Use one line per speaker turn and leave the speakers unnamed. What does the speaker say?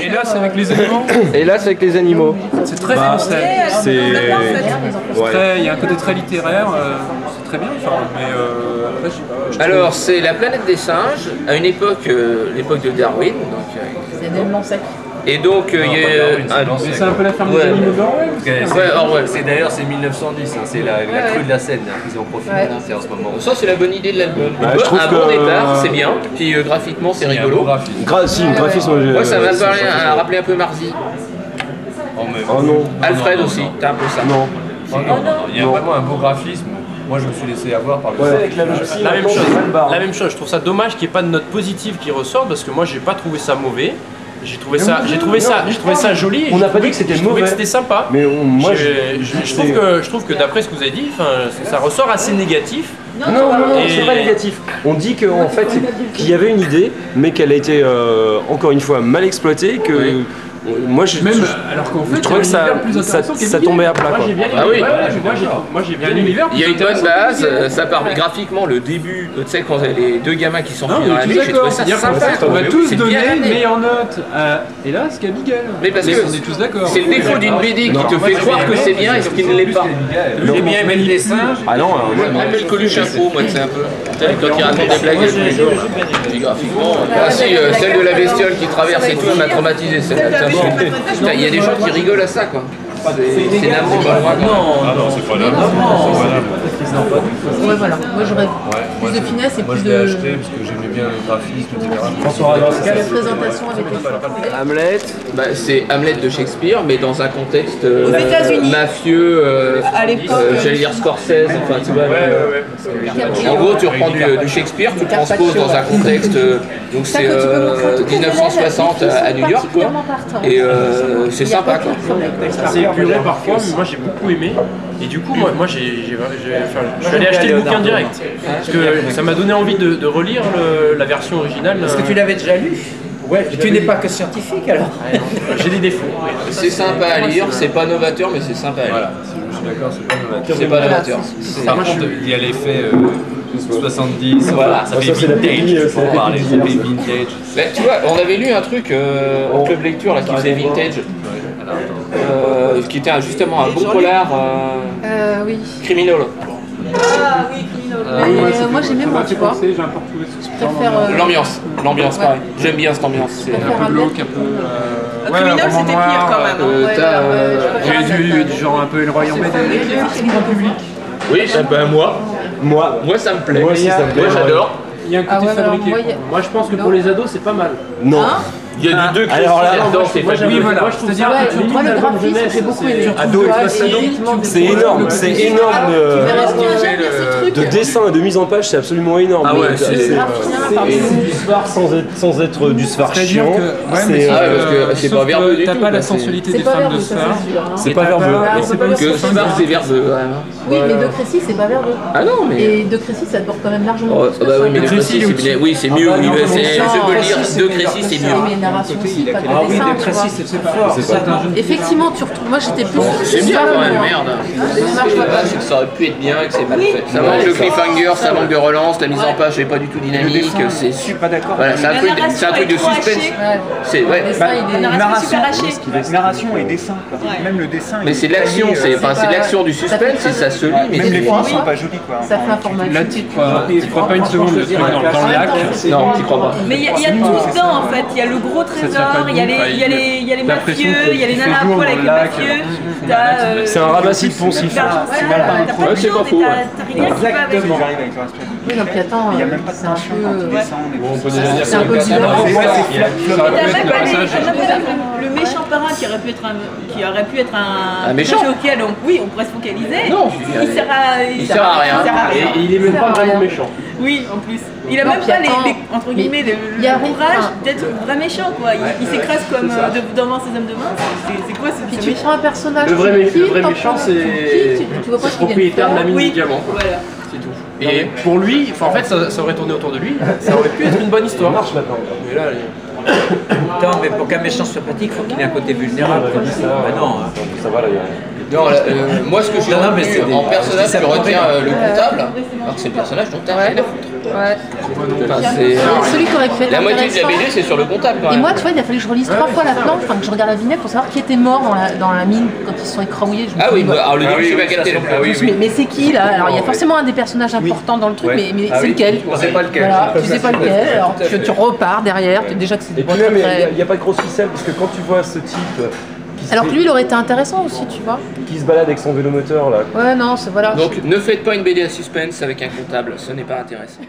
Et là, c'est avec
Euh,
les éléments.
Et là, c'est avec les animaux.
C'est très
Bah,
français.
Ah,
C'est.
C'est
Ouais.
très- Il y a un côté très littéraire. euh, c'est très bien. enfin, mais euh, après, je sais pas, je-
Alors, c'est la planète des singes, à une époque, euh, l'époque de Darwin. Donc, euh,
C'est des blancs secs.
et donc, euh,
Non,
il y
pas Darwin, c'est
a.
Lancelot.
Mais c'est un peu la ferme des
Ouais.
animaux d'Orwell. ou c'est-
C'est-
Ouais, Orwell.
C'est d'ailleurs c'est 1910, hein, c'est la, la crue de la Seine hein, qu'ils ont profité
Ouais.
c'est en ce moment.
Ça, c'est la bonne idée de l'album.
Bah,
Bon,
je trouve
un bon
que-
départ, c'est bien. Puis euh, graphiquement, c'est
Il y a un Euh,
rigolo.
beau graphisme.
Gra- si, graphisme. j'ai-
Moi, ça m'a
c'est-
parlé-
c'est-
à rappeler un peu Marzi.
Oh, mais-
Oh non.
Alfred
non,
aussi,
non.
t'as un peu ça.
Non.
Oh, non, non, Il y a vraiment un beau graphisme. Moi je me suis laissé avoir par le
Ouais.
La même, chose, la même chose, je trouve ça dommage qu'il n'y ait pas de note positive qui ressort parce que moi j'ai pas trouvé ça mauvais. J'ai trouvé ça, j'ai trouvé ça, j'ai trouvé ça joli. et
On
j'ai
n'a pas
trouvé
dit que c'était
j'ai trouvé
mauvais.
C'était sympa.
Mais on- moi,
J'ai-
je-
je, je trouve que je trouve que d'après ce que vous avez dit, enfin,
Bah
ça ressort assez négatif.
Non, non, non,
Et-
c'est pas négatif. On dit que, en fait, qu'il y avait une idée, mais qu'elle a été, euh, encore une fois, mal exploitée, que... Moi, je,
Même,
je-
alors qu'en
je
fait, il y a
trouvais
un
que ça,
univers plus
ça,
intéressant qu'Emily.
ça tombait à plat.
Moi
quoi.
j'ai bien aimé.
Ah oui.
ouais, ouais, moi, j'ai- moi, j'ai bien
Il y a un
aimé.
univers
Il y a
plus
une bonne
intéressant
base,
qu'Emily.
euh, ça part graphiquement, le début, euh, tu sais, quand les deux gamins qui sont
Non,
dans
mais
la
je
vie,
suis
j'ai trouvé
d'accord.
ça
C'est-à-dire qu'en
sympa.
fait, on va tous
C'est bien
donner une
amené.
meilleure note à Hélas qu'à Miguel.
Mais parce que
on est tous d'accord.
C'est le défaut d'une BD qui te fait croire que c'est bien et ce qui ne l'est pas.
Eh
J'ai bien aimé le dessin,
Ah non, alors, moi,
j'ai aimé le coluche info, moi, c'est un peu. Tu sais, Quand il raconte des blagues à tous les jours, là. Et graphiquement. euh, Ah si, euh, celle de la bestiole qui traverse et tout, elle m'a traumatisé, celle-là. Putain, putain, Il y a des gens qui rigolent à ça, quoi. C'est c'est navrant, quoi, vraiment.
non,
Ouais, voilà. Moi, j'aurais plus de finesse et
Moi
plus
je l'ai
de.
acheté parce que j'aimais bien le graphisme, etc.
de présentation avec les formes.
Hamlet,
Bah, c'est Hamlet de Shakespeare, mais dans un contexte euh,
Aux États-Unis.
mafieux, euh,
À l'époque,
euh, j'allais dire Scorsese, enfin tu vois. le- En gros, tu reprends du, euh, du Shakespeare, tu le transposes dans un contexte, euh, donc
Ça
c'est
que tu peux
euh,
montrer à tous tes élèves, les
1960
filles
à à
sont
New York, quoi.
particulièrement partantes.
Et euh, c'est
Il y a
sympa,
pas
quoi.
de problème.
Ça s'est épuré parfois, mais moi j'ai beaucoup aimé. Et du coup, moi, moi j'ai, j'ai- j'ai- enfin, je suis allé acheter le bouquin direct. Parce que ça m'a donné envie de, de relire le- la version originale.
Hein
euh,
Est-ce que tu l'avais déjà lu
Ouais,
Tu n'es pas que scientifique alors
J'ai des défauts. mais-
C'est sympa à lire, c'est pas novateur, mais c'est sympa à lire.
Voilà, je suis d'accord, c'est pas mal.
C'est pas novateur. C'est-
Par contre, il y a l'effet euh, 70,
Voilà.
ça fait
Ça, c'est la
vintage,
pépinière,
il
c'est la
faut en parler, ça fait
pépinière,
vintage.
Bah, tu vois, on avait lu un truc euh, en club lecture là, qui faisait vintage, euh, qui était un- justement un bon polar euh,
Euh, oui.
criminel.
Mais, euh, moi, j'aimais moins, tu vois.
J'ai un peu retrouvé ce que
Je préfère. euh,
L'ambiance, l'ambiance
Ouais.
pareil. J'aime bien cette ambiance. c'est-
je préfère
Un peu
Hamlet.
glauque, un peu. euh,
Le
ouais,
criminel,
un roman
c'était
noir,
pire quand même, hein.
euh,
Ouais,
t'as,
ouais,
euh,
je préfère
du-
Hamlet,
du-
ouais.
du genre un peu le royaume
Oui, eh ben moi,
moi,
moi ça me plaît.
Moi aussi, ça me plaît.
Moi j'adore.
Il y a un
Ah
côté
ouais, mais alors,
fabriqué.
moi, il y a-
Moi je pense que pour les ados c'est pas mal.
non.
Hein
Il y a du deux
Alors là,
Ah,
là-dedans, c'est
Moi, j'avoue,
Oui,
fabuleux.
voilà.
moi, je trouve
C'est-à-dire
ça-
que
Ouais,
tu
le
lis
travail
l'album
graphique,
jeunesse,
j'ai beaucoup aimé.
c'est-
Ado,
Ouais,
avec
et-
Massado, c'est énorme, c'est énorme
Tu
de,
verras ce que j'aime bien ce truc.
de dessin, de mise en page, c'est absolument énorme.
Ah ouais, c'est-
Le graphien, par
Et
exemple.
c'est du soir sans être, sans être du soir
C'est-à-dire
chiant.
que. ouais, mais
C'est
sauf
Ah ouais,
euh,
parce que
euh,
c'est
sauf
pas verbeux
que
du
T'as
tout,
pas la
quoi, c'est-
sensualité
C'est
des
pas
femmes de
verbeux, ça,
Star.
c'est sûr. hein.
c'est pas verbeux.
Ouais,
Et
on
c'est
peut
pas
pas le
Que
sortir.
Smart c'est verbeux. ouais.
Oui, mais De Crécy, c'est pas verbeux.
Ah non, mais.
Et De Crécy, ça te porte quand même largement.
Oh,
plus que
bah
ça.
oui, mais le
Crécy,
Crécy,
il est
c'est bien. Oui, c'est mieux. oui, mais c'est- Je peux le dire, de Crécy, c'est
Et
mieux.
mais narration aussi, pas
oui,
que dessin,
des
tu vois.
précis, c'est pas fort.
c'est pas-
Effectivement, tu retrouves. Moi, j'étais plus.
C'est bien
pas
quand même,
moi.
merde.
dommage,
Le
ouais.
bas, c'est que ça aurait pu être bien et que c'est mal fait. Ça manque de cliffhanger, ça manque de relance, la mise en page n'est pas du tout dynamique, c'est super.
Pas d'accord.
Voilà, c'est un
La
truc,
narration
c'est un truc
est
de
trop
suspense.
hachée.
Ouais.
C'est ouais.
Le dessin, il est-
Bah,
narration,
super haché.
narration et dessin. quoi. Même le dessin. il
Mais
est
c'est de
pas
l'action,
joli, euh,
c'est enfin, c'est de l'action du
Ça fait
suspense et ça se lit, mais
Même les
c'est
films sont pas jolis quoi.
Ça fait un format.
La titre, quoi. Tu crois pas une seconde le truc dans dans le lac.
Non, t'y crois pas.
Mais il y a, il y a tout dedans en fait, il y a le gros
pas
trésor,
de
il y a les,
doute,
il y a les, il y a les
la pression
mafieux, il y a les
qui fait
nanas à
jour
poil
dans
avec
le
les
lac,
mafieux,
euh,
t'as... euh,
C'est un ramassis de poncif.
t'as- ouais,
mal
voilà,
peint.
T'as
Ouais,
pas de
c'est pas
viande
faux,
et t'as
ouais.
t'as rien qui va
Exactement.
avec.
J'arrive avec le respect.
Oui, donc attends,
Il n'y a
euh,
même pas de
c'est un
tension
peu.
entre le dessin et le
euh,
dessin.
C'est un peu bizarre.
Ouais, c'est flat,
Ça aurait pu être
T'as même
le
pas les-
passage.
t'as même pas le- le méchant parrain qui aurait pu être un, qui aurait pu être un,
Un méchant.
auquel on, oui, on pourrait se focaliser.
Non,
il sert à,
il sert à rien.
il sert à rien.
Et il est même pas vraiment méchant.
Oui, en plus. Il a
Non,
même
puis
pas les,
attends,
les- entre guillemets le,
il y a
le
rien,
courage
enfin,
d'être vrai méchant quoi. Il, il s'écrase comme euh, de- devant ses hommes de main. C'est- C'est c'est quoi ce
Puis
ce
tu prends un personnage.
Le vrai, mé-
qui
le vrai
t'en
méchant,
prends-
c'est
qui, tu- tu vois pas
c'est
ce
le
qu'il vient de
propriétaire de la
faire.
mine
Oui.
du diamant. quoi.
Voilà.
C'est tout.
Et-
Pour lui, enfin, en fait, ça, ça aurait tourné autour de lui. Ça aurait pu être une bonne histoire. Mais là, il-
Attends, mais pour qu'un méchant soit pratique, il faut qu'il ait un côté vulnérable. quoi. Bah non. hein.
Non, là, euh, moi ce que j'ai
Non, non, mais
retenu
c'est des-
en personnage,
c'est
je
des
retiens
sapins.
Ah,
euh, le comptable, alors que c'est le personnage dont t'as rien à foutre.
Ouais.
Enfin, c'est- euh,
Et Celui qui aurait pu être
La moitié de la
intéressant-
BD, c'est sur le comptable quand
Et
même.
moi, tu vois, il a fallu que je relise trois fois la planche, enfin que je regarde la vignette pour savoir qui était mort dans la, dans la mine quand ils se sont écrouillés. Je me
Ah
suis
oui,
dit,
bah,
bah,
alors le début, tu vas gâter le
Ah
je me suis dit, Mais, mais c'est qui là Alors il y a forcément un des personnages importants dans le truc, mais, mais
Ah
c'est
oui,
lequel
on sait pas lequel.
Voilà, tu sais pas lequel, alors tu, tu repars derrière, tu- déjà que c'est
Et
pas
puis même,
très-
il n'y a, pas de grosse ficelle, parce que quand tu vois ce type qui se,
Alors
fait-
que lui, il aurait été intéressant aussi, tu vois.
qui se balade avec son vélo moteur là,
Ouais, non, c'est voilà.
Donc ne faites pas une BD à suspense avec un comptable, ce n'est pas intéressant.